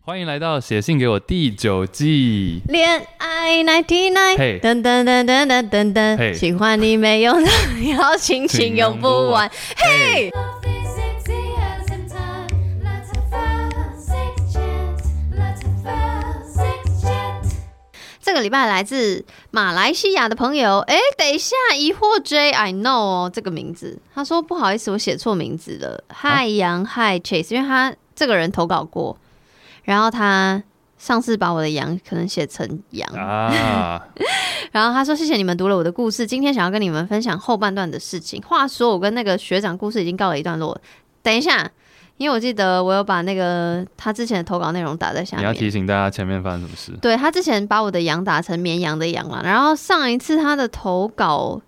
欢迎来到写信给我第九季。恋爱 ninety 嘿 nine，噔噔噔噔噔噔嘿噔，喜欢你没有理由，心情用不完。嘿， Love is sexy as in time. Let's have a six chance. Let's have a six chance. 这个礼拜来自马来西亚的朋友，哎，等一下，疑惑 J，I know 哦，这个名字，他说不好意思，我写错名字了，嗨杨嗨 Chase，因为他这个人投稿过，然后他上次把我的羊可能写成羊，啊，然后他说：“谢谢你们读了我的故事，今天想要跟你们分享后半段的事情。话说，我跟那个学长故事已经告了一段落了。等一下，因为我记得我有把那个他之前的投稿内容打 在下你要面。提醒大家前面发生什么事。对他之前把我的羊打成绵羊的羊嘛，然后上一次他的投稿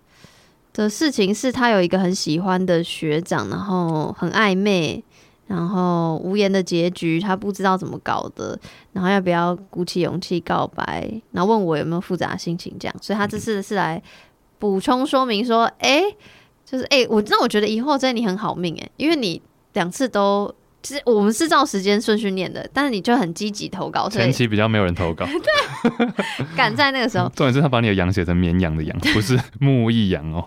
的事情是他有一个很喜欢的学长，然后很暧昧，然后无言的结局，他不知道怎么搞的，然后要不要鼓起勇气告白，然后问我有没有复杂心情这样，所以他这次是来补充说明说，哎、就是哎、诶我那我觉得以后真的你很好命哎、诶因为你两次都。就是我们是照时间顺序念的，但是你就很积极投稿，所前以期比较没有人投 稿，赶在那个时候，重点是他把你的羊写成绵羊的羊，不是木易羊 哦。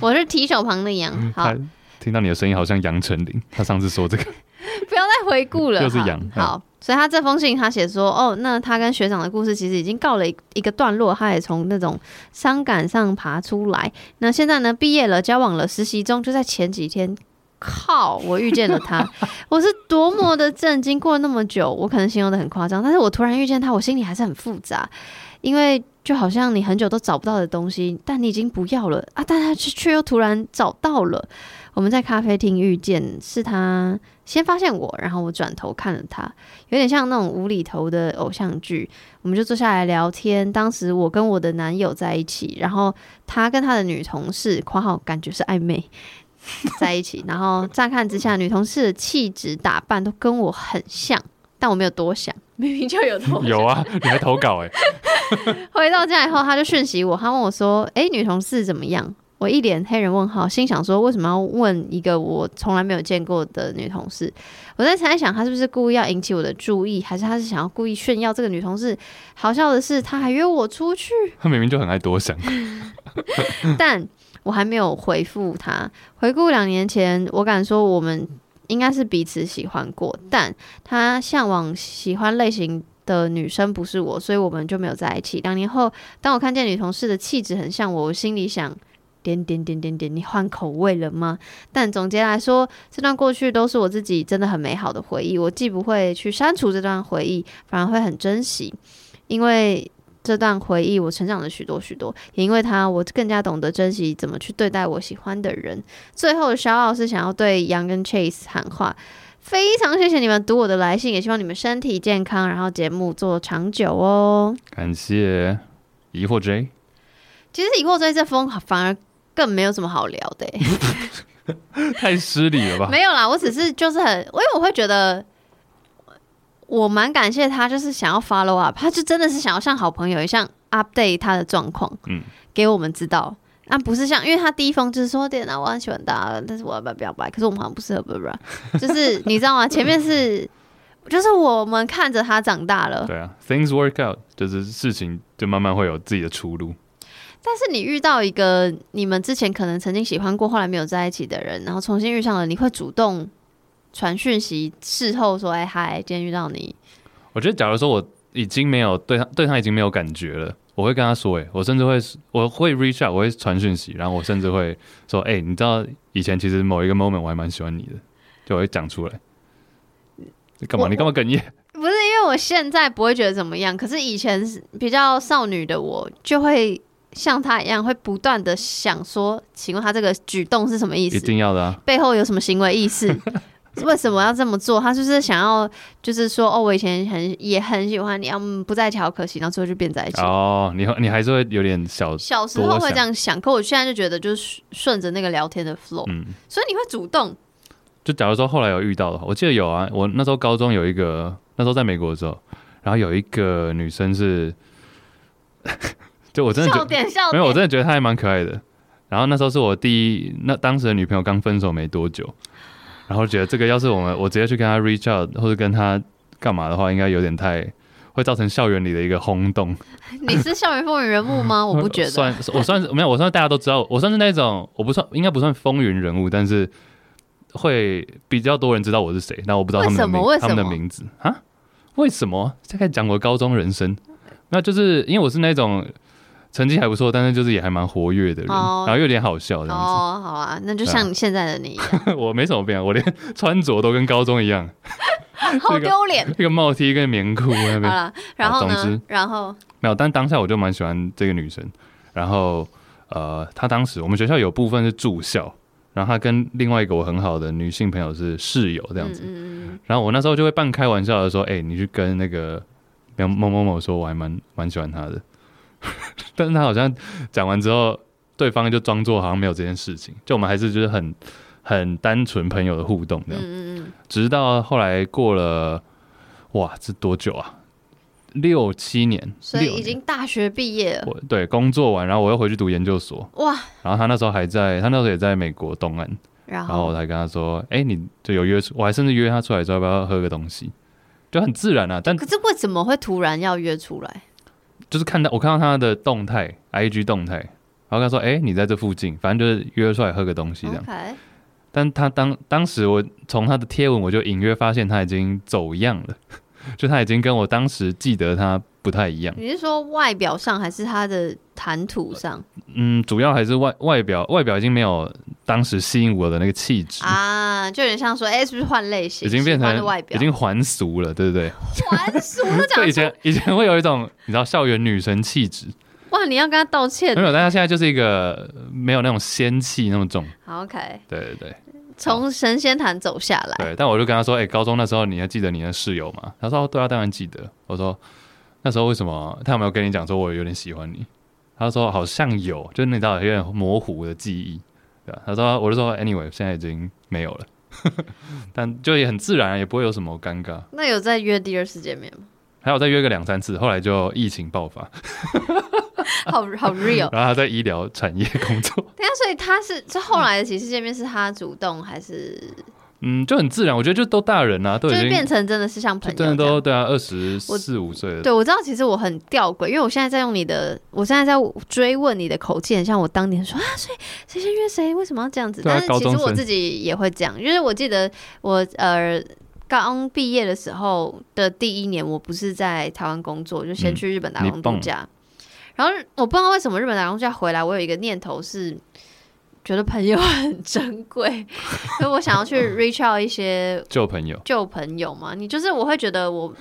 我是提手旁的羊。嗯好他，听到你的声音好像杨丞琳，他上次说这个， 不要再回顾了。又是好羊嗯好，所以他这封信他写说，哦，那他跟学长的故事其实已经告了一一个段落，他也从那种伤感上爬出来。那现在呢，毕业了，交往了，实习中，就在前几天。靠！我遇见了 他，我是多么的震惊。过了那么久，我可能形容的很夸张，但是我突然遇见他，我心里还是很复杂，因为就好像你很久都找不到的东西，但你已经不要了啊，但他却却又突然找到了。我们在咖啡厅遇见，是他先发现我，然后我转头看了他，有点像那种无厘头的偶像剧。我们就坐下来聊天。当时我跟我的男友在一起，然后他跟他的女同事 （括号感觉是暧昧）在一起。然后乍看之下，女同事的气质、打扮都跟我很像，但我没有多想，明明就有多想。有啊，你还投稿哎、回到家以后，他就讯息我，他问我说：“诶，女同事怎么样？”我一脸黑人问号，心想说：“为什么要问一个我从来没有见过的女同事？”我在猜想，他是不是故意要引起我的注意，还是他是想要故意炫耀这个女同事？好笑的是，他还约我出去，他明明就很爱多想，但我还没有回复他。回顾两年前，我敢说我们应该是彼此喜欢过，但他向往喜欢类型的女生不是我，所以我们就没有在一起。两年后，当我看见女同事的气质很像我，我心里想。点点点点点，你换口味了吗？但总结来说，这段过去都是我自己真的很美好的回忆，我既不会去删除这段回忆，反而会很珍惜，因为这段回忆，我成长了许多许多，也因为它，我更加懂得珍惜怎么去对待我喜欢的人。最后，小奥是想要对杨跟 Chase 喊话，非常谢谢你们读我的来信，也希望你们身体健康，然后节目做长久哦。感谢疑惑 J。其实以后追这封反而更没有什么好聊的、欸太失礼了吧？没有啦，我只是就是很，因为我会觉得。我蛮感谢他，就是想要 follow up，他就真的是想要像好朋友一样 update 他的状况，嗯给我们知道。那、不是像，因为他第一封就是说，对啊，我很喜欢他，但是我要不要表白？可是我们好像不适合，不不不， 就是你知道吗？前面是，就是我们看着他长大了，对啊，things work out，就是事情就慢慢会有自己的出路。但是你遇到一个你们之前可能曾经喜欢过，后来没有在一起的人，然后重新遇上了，你会主动传讯息，事后说，哎嗨，今天遇到你，我觉得，假如说我已经没有对他对他已经没有感觉了，我会跟他说、欸，我甚至会我会 reach out，我会传讯息，然后我甚至会说，哎、你知道以前其实某一个 moment 我还蛮喜欢你的，就我会讲出来。你干嘛？我你干嘛哽咽？不是因为我现在不会觉得怎么样，可是以前是比较少女的我，就会像他一样，会不断的想说，请问他这个举动是什么意一思？定要的啊！背后有什么行为意识？ 为什么要这么做？他是不是想要，就是说，哦，我以前很也很喜欢你，啊，嗯，不在一起好可惜，然后最后就变在一起。哦，你你还是会有点小，小时候会这样想，可我现在就觉得就是顺顺着那个聊天的 flow，、嗯，所以你会主动就假如说后来有遇到的话，我记得有啊，我那时候高中有一个，那时候在美国的时候，然后有一个女生是， 就我真的觉笑得点笑没点，有，我真的觉得她还蛮可爱的。然后那时候是我第一，那当时的女朋友刚分手没多久，然后觉得这个要是我们，我直接去跟她 reach out 或者跟她干嘛的话，应该有点太会造成校园里的一个轰动。你是校园风云人物哦 吗？我不觉得。算我算是没有，我算是大家都知道，我算是那种我不算应该不算风云人物，但是会比较多人知道我是谁，但我不知道他们的名为他什么为什么们的名字啊？为什么？大概讲我高中人生，那就是因为我是那种成绩还不错，但是就是也还蛮活跃的人，哦然后又有点好笑这样子。哦，好啊，那就像你现在的你一样， 我没什么变，我连穿着都跟高中一样，好丢脸。一个帽 T 跟棉裤在那好边。了，然后总呢之？然后没有，但当下我就蛮喜欢这个女生。然后呃，她当时我们学校有部分是住校，然后她跟另外一个我很好的女性朋友是室友这样嗯子。嗯嗯，然后我那时候就会半开玩笑的说：“哎、你去跟那个某某某某说，我还蛮蛮喜欢她的。” 但是她好像讲完之后，对方就装作好像没有这件事情，就我们还是就是很很单纯朋友的互动这嗯样。嗯嗯直到后来过了，哇，这多久啊？六七年嗯，，所六以已年经大学毕业了，我对工作完，然后我又回去读研究所，哇！然后他那时候还在，他那时候也在美国东岸，然然后我后才跟他说，哎、你就有约出，我还甚至约他出来说要不要喝个东西，就很自然啊。但可是为什么会突然要约出来？就是看到我看到他的动态，IG 动态，然后跟他说，哎、你在这附近，反正就是约出来喝个东西这样。 OK，但他当当时我从他的贴文，我就隐约发现他已经走样了， 就他已经跟我当时记得他不太一样。你是说外表上还是他的谈吐上嗯，主要还是外外表，外表已经没有当时吸引我的那个气质啊？就有点像说，哎，是不是换类型？已经变喜欢的成外表，已经还俗了，对不对？还俗 都就讲以出前以前会有一种你知道校园女神气质，哇，你要跟他道歉没。有，但她现在就是一个呃没有那种仙气那么重，好 OK，对对对从神仙坛走下来，对。但我就跟她说，哎、高中那时候你还记得你的室友吗？她说，哦对啊，当然记得。我说那时候为什么她有没有跟你讲说我有点喜欢你？她说好像有，就是你知道有点模糊的记忆，对吧、她说我就说 anyway，现在已经没有了， 但就也很自然，啊也不会有什么尴尬。那有再约第二次见面吗？还有再约个两三次，后来就疫情爆发，好好 real。 然后他在医疗产业工作，等一下，所以他是这后来的几次见面是他主动还是 嗯，就很自然，我觉得就都大人啦、啊，都就已是经变成真的是像朋就友真的这样都对啊，二十四五岁了，对，我知道，其实我很吊诡，因为我现在在用你的，我现在在追问你的口气，很像我当年说啊，所以谁先约谁，为什么要这样子？对啊但是高其中实我生自己也会这样，就是我记得我呃刚毕业的时候的第一年，我不是在台湾工作，就先嗯去日本打你工度蹦假。然后我不知道为什么日本打工度假回来，我有一个念头是觉得朋友很珍 贵，所以我想要去 reach out 一些旧朋友，旧朋友嘛，你就是我会觉得我，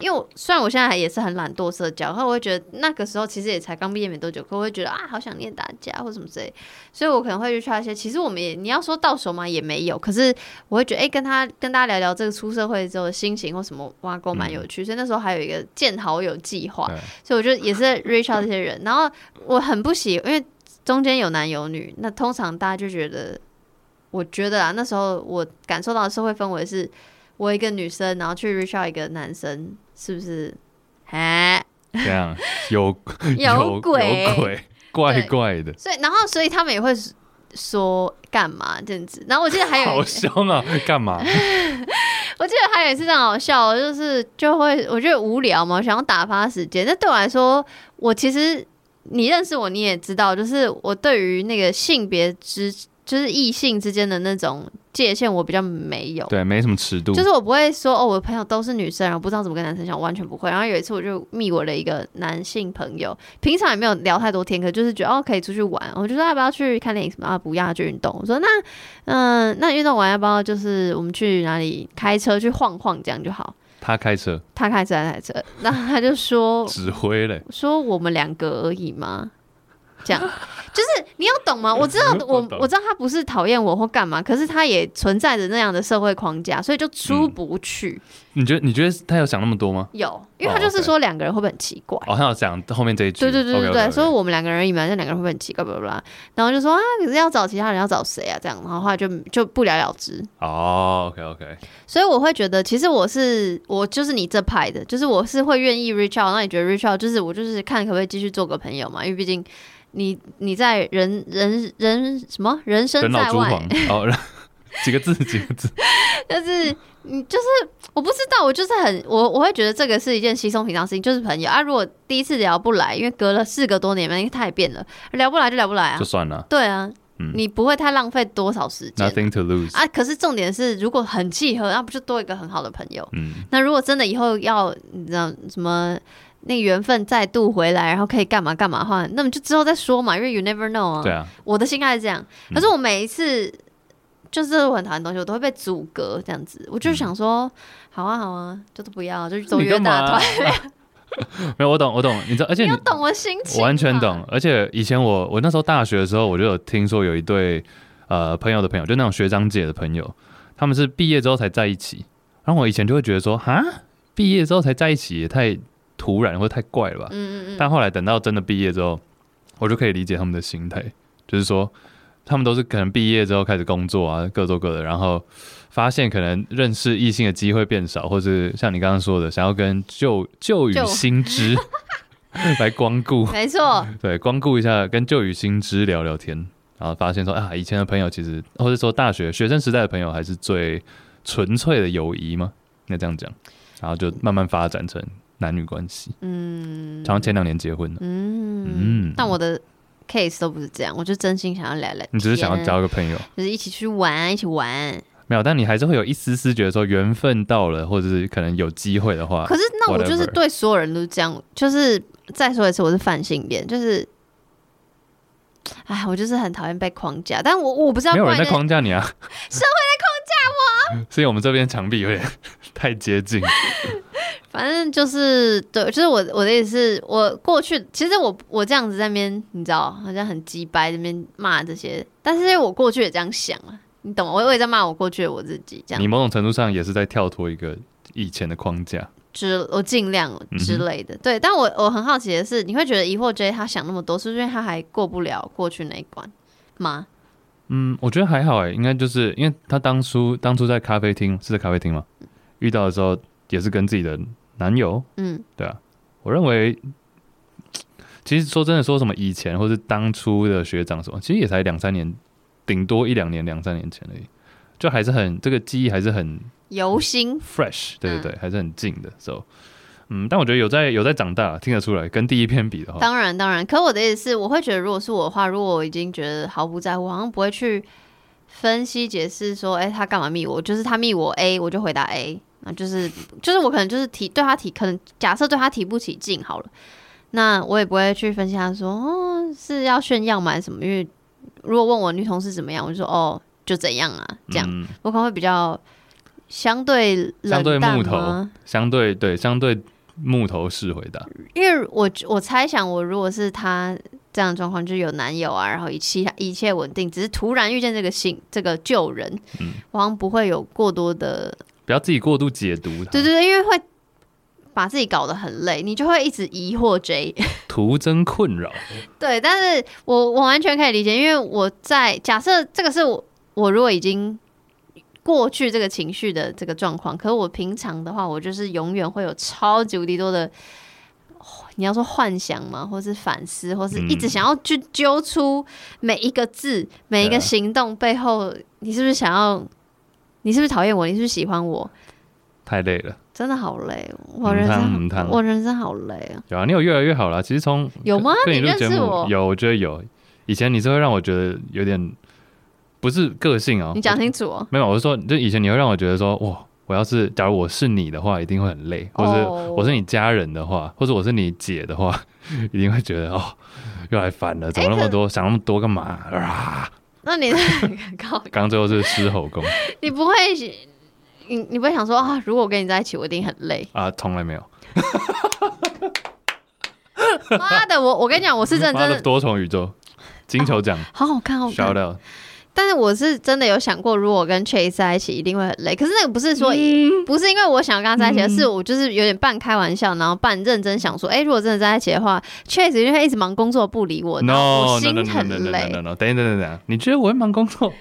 因为我虽然我现在还也是很懒惰社交，然后我会觉得那个时候其实也才刚毕业没多久，可我会觉得啊，好想念大家或什么之类，所以我可能会去刷一些。其实我们也你要说到手嘛也没有，可是我会觉得哎、诶跟他跟大家聊聊这个出社会之后的心情或什么挖沟蛮有趣，所以那时候还有一个见好友计划，对所以我就也是 reach out 这些人，然后我很不喜，因为中间有男有女，那通常大家就觉得，我觉得啊，那时候我感受到的社会氛围是，我一个女生，然后去 reach out 一个男生，是不是？ 哎，这 样有有鬼有鬼，怪怪的，所以然后所以他们也会说干嘛这样子，然后我记得还有一好凶啊，干 嘛？我记得还有一次很好笑哦，就是就会我觉得无聊嘛，想要打发时间。那对我来说，我其实你认识我，你也知道，就是我对于那个性别之，就是异性之间的那种界限，我比较没有。对，没什么尺度就，是我不会说哦，我的朋友都是女生，然后不知道怎么跟男生讲，我完全不会。然后有一次我就密我的一个男性朋友，平常也没有聊太多天，可就是觉得哦可以出去玩，我就说要不要去看电影什么啊，不要去运动。我说那嗯、那运动完要不要就是我们去哪里开车去晃晃这样就好。他开车他开车，他开车，那他就说指挥嘞，说我们两个而已吗？这样就是你要懂吗？我知道我我懂我知道他不是讨厌我或干嘛，可是他也存在着那样的社会框架，所以就出嗯不去。你觉得你觉得他有想那么多吗？有，因哦为他就是说两个人会不会很奇怪？哦，他有讲后面这一句，对对对对 OK，OK，OK 对，所以我们两个人一嘛，这两个人会不会很奇怪？巴拉巴拉，然后就说啊，可是要找其他人，要找谁啊？这样，然后后来就就不了了之。哦，OK OK，所以我会觉得，其实我是我就是你这派的，就是我是会愿意 reach out，那你觉得 reach out 就是我就是看可不可以继续做个朋友嘛？因为毕竟你你在人人人什么人生人老在珠外 黄，，哦，然几个字几个字，就是你就是我不知道，我就是很我我会觉得这个是一件稀松平常的事情，就是朋友啊。如果第一次聊不来，因为隔了四个多年嘛，因为太变了，聊不来就聊不来 啊就。算了对啊，嗯你不会太浪费多少时间，nothing to lose。啊。可是重点是，如果很契合，那不就多一个很好的朋友？嗯，那如果真的以后要你知道什么那个缘分再度回来，然后可以干嘛干嘛的话，那么就之后再说嘛，因为 you never know 啊。对啊，我的心态是这样，嗯可是我每一次、就是我很讨厌的东西，我都会被阻隔这样子。我就想说，好啊好啊，就都不要，就嗯走你约干嘛大啊 团。？ 没有，我懂，我懂。你知道，而且你你要懂我心情，我完全懂。。而且以前我我那时候大学的时候，我就有听说有一对呃朋友的朋友，就那种学长姐的朋友，他们是毕业之后才在一起。然后我以前就会觉得说，哈，毕业之后才在一起也太突然或太怪了吧。嗯嗯嗯，但后来等到真的毕业之后，我就可以理解他们的心态，就是说他们都是可能毕业之后开始工作啊，各做各的，然后发现可能认识异性的机会变少，或是像你刚刚说的，想要跟旧旧与旧新知 来光顾，没错，对，光顾一下，跟旧与新知聊聊天，然后发现说啊，以前的朋友其实，或者说大学学生时代的朋友，还是最纯粹的友谊吗？应该这样讲，然后就慢慢发展成男女关系，嗯常常前两年结婚了。嗯嗯。但我的 case 都不是这样，我就真心想要聊聊。你只是想要，交个啊朋友，就是一起去玩，一起玩。没有，但你还是会有一丝丝觉得说缘分到了，或者是可能有机会的话可，是那我就是 whatever 对所有人都这样，就是再说一次，我是反性恋，就是，哎，我就是很讨厌被框架，但我我不是要没有怪人在那框架你啊，社会在框架我， 所以我们这边墙壁有点 太接近，反正就是对，就是我我的意思是，我过去其实我我这样子在那边，你知道，好像很鸡掰在那边骂这些，但是因为我过去也这样想啊，你懂吗？我我也在骂我过去的我自己，这你样某种程度上也是在跳脱一个以前的框架，之我尽量嗯哼之类的。对，但我我很好奇的是，你会觉得疑惑 J 他想那么多，是不是因为他还过不了过去那一关吗？嗯，我觉得还好哎、应该就是因为他当初当初在咖啡厅是在咖啡厅嘛，遇到的时候也是跟自己的男友，嗯，对啊，我认为。其实说真的，说什么以前或是当初的学长什么，其实也才两三年，顶多一两年、两三年前而已，就还是很这个记忆还是很游心 fresh，对嗯对对，还是很近的。So，嗯，但我觉得有在有在长大，听得出来，跟第一篇比的话，当然，当然。可我的意思是，我会觉得，如果是我的话，如果我已经觉得毫不在乎，好像不会去分析解释说，哎、他干嘛密我？就是他密我 A，我就回答 A，那就是就是我可能就是提对他提，可能假设对他提不起劲好了，那我也不会去分析他说，哦，是要炫耀吗？还是什么？因为如果问我女同事怎么样，我就说，哦，就怎样啊，这样，嗯、我可能会比较相对冷相对淡木头吗相对对相对木头式回答，因为我我猜想，我如果是他这样的状况，就是有男友啊，然后一切一切稳定，只是突然遇见这个新这个旧人，嗯我好像不会有过多的，不要自己过度解读它，对对对，因为会把自己搞得很累，你就会一直疑惑 J。徒增困扰。对，但是我我完全可以理解，因为我在假设这个是我我如果已经过去这个情绪的这个状况，可是我平常的话，我就是永远会有超级无敌多的，哦你要说幻想嘛，或是反思，或是一直嗯想要去揪出每一个字、每一对个啊行动背后，你是不是想要，你是不是讨厌我，你是不是喜欢我？太累了，真的好累，哦我嗯人汤嗯生汤我人生好累啊！有啊，你有越来越好啦。其实从有吗？跟你录认节识目我？有，我觉得有。以前你是会让我觉得有点不是个性哦、你讲我清楚哦。没有？我是说，就以前你会让我觉得说，哇，我要是假如我是你的话，一定会很累；，或是哦我是你家人的话，或者我是你姐的话， 一定会觉得哦，又来烦哎了，怎么那么多，想那么多干嘛？啊！那你 靠，刚最后是狮吼功你不会，你你不会想说啊，如果我跟你在一起，我一定很 累。啊，从来没有。妈的，我我跟你讲，我是认妈真的的，哦多重宇宙，金球奖好好看，好好 s h o 看。但是我是真的有想过，如果我跟 Chase 在一起，一定会很累。可是那个不是说，嗯不是因为我想跟他在一起，而是我就是有点半开玩笑，然后半认真想说，哎、如果真的在一起的话，Chase 就会一直忙工作不理我，然后 No no 我心 no no 很 no no 累 no no，等一等等一等，你觉得我会忙工 作？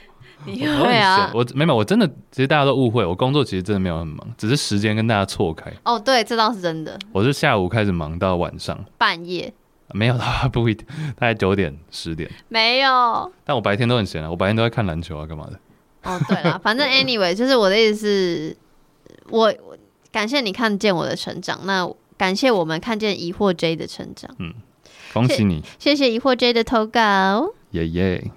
你我很会闲？啊我没有，我真的，其实大家都误会，我工作其实真的没有很忙，只是时间跟大家错开。哦，对，这倒是真的。我是下午开始忙到晚上，半夜没有啦，不一定，大概九点十点。没有。但我白天都很闲啊，我白天都在看篮球啊，干嘛的？哦，对了，反正 anyway，就是我的意思是，我我感谢你看见我的成长，那感谢我们看见疑惑 J 的成长，恭喜你，谢谢疑惑 J 的投稿。耶耶！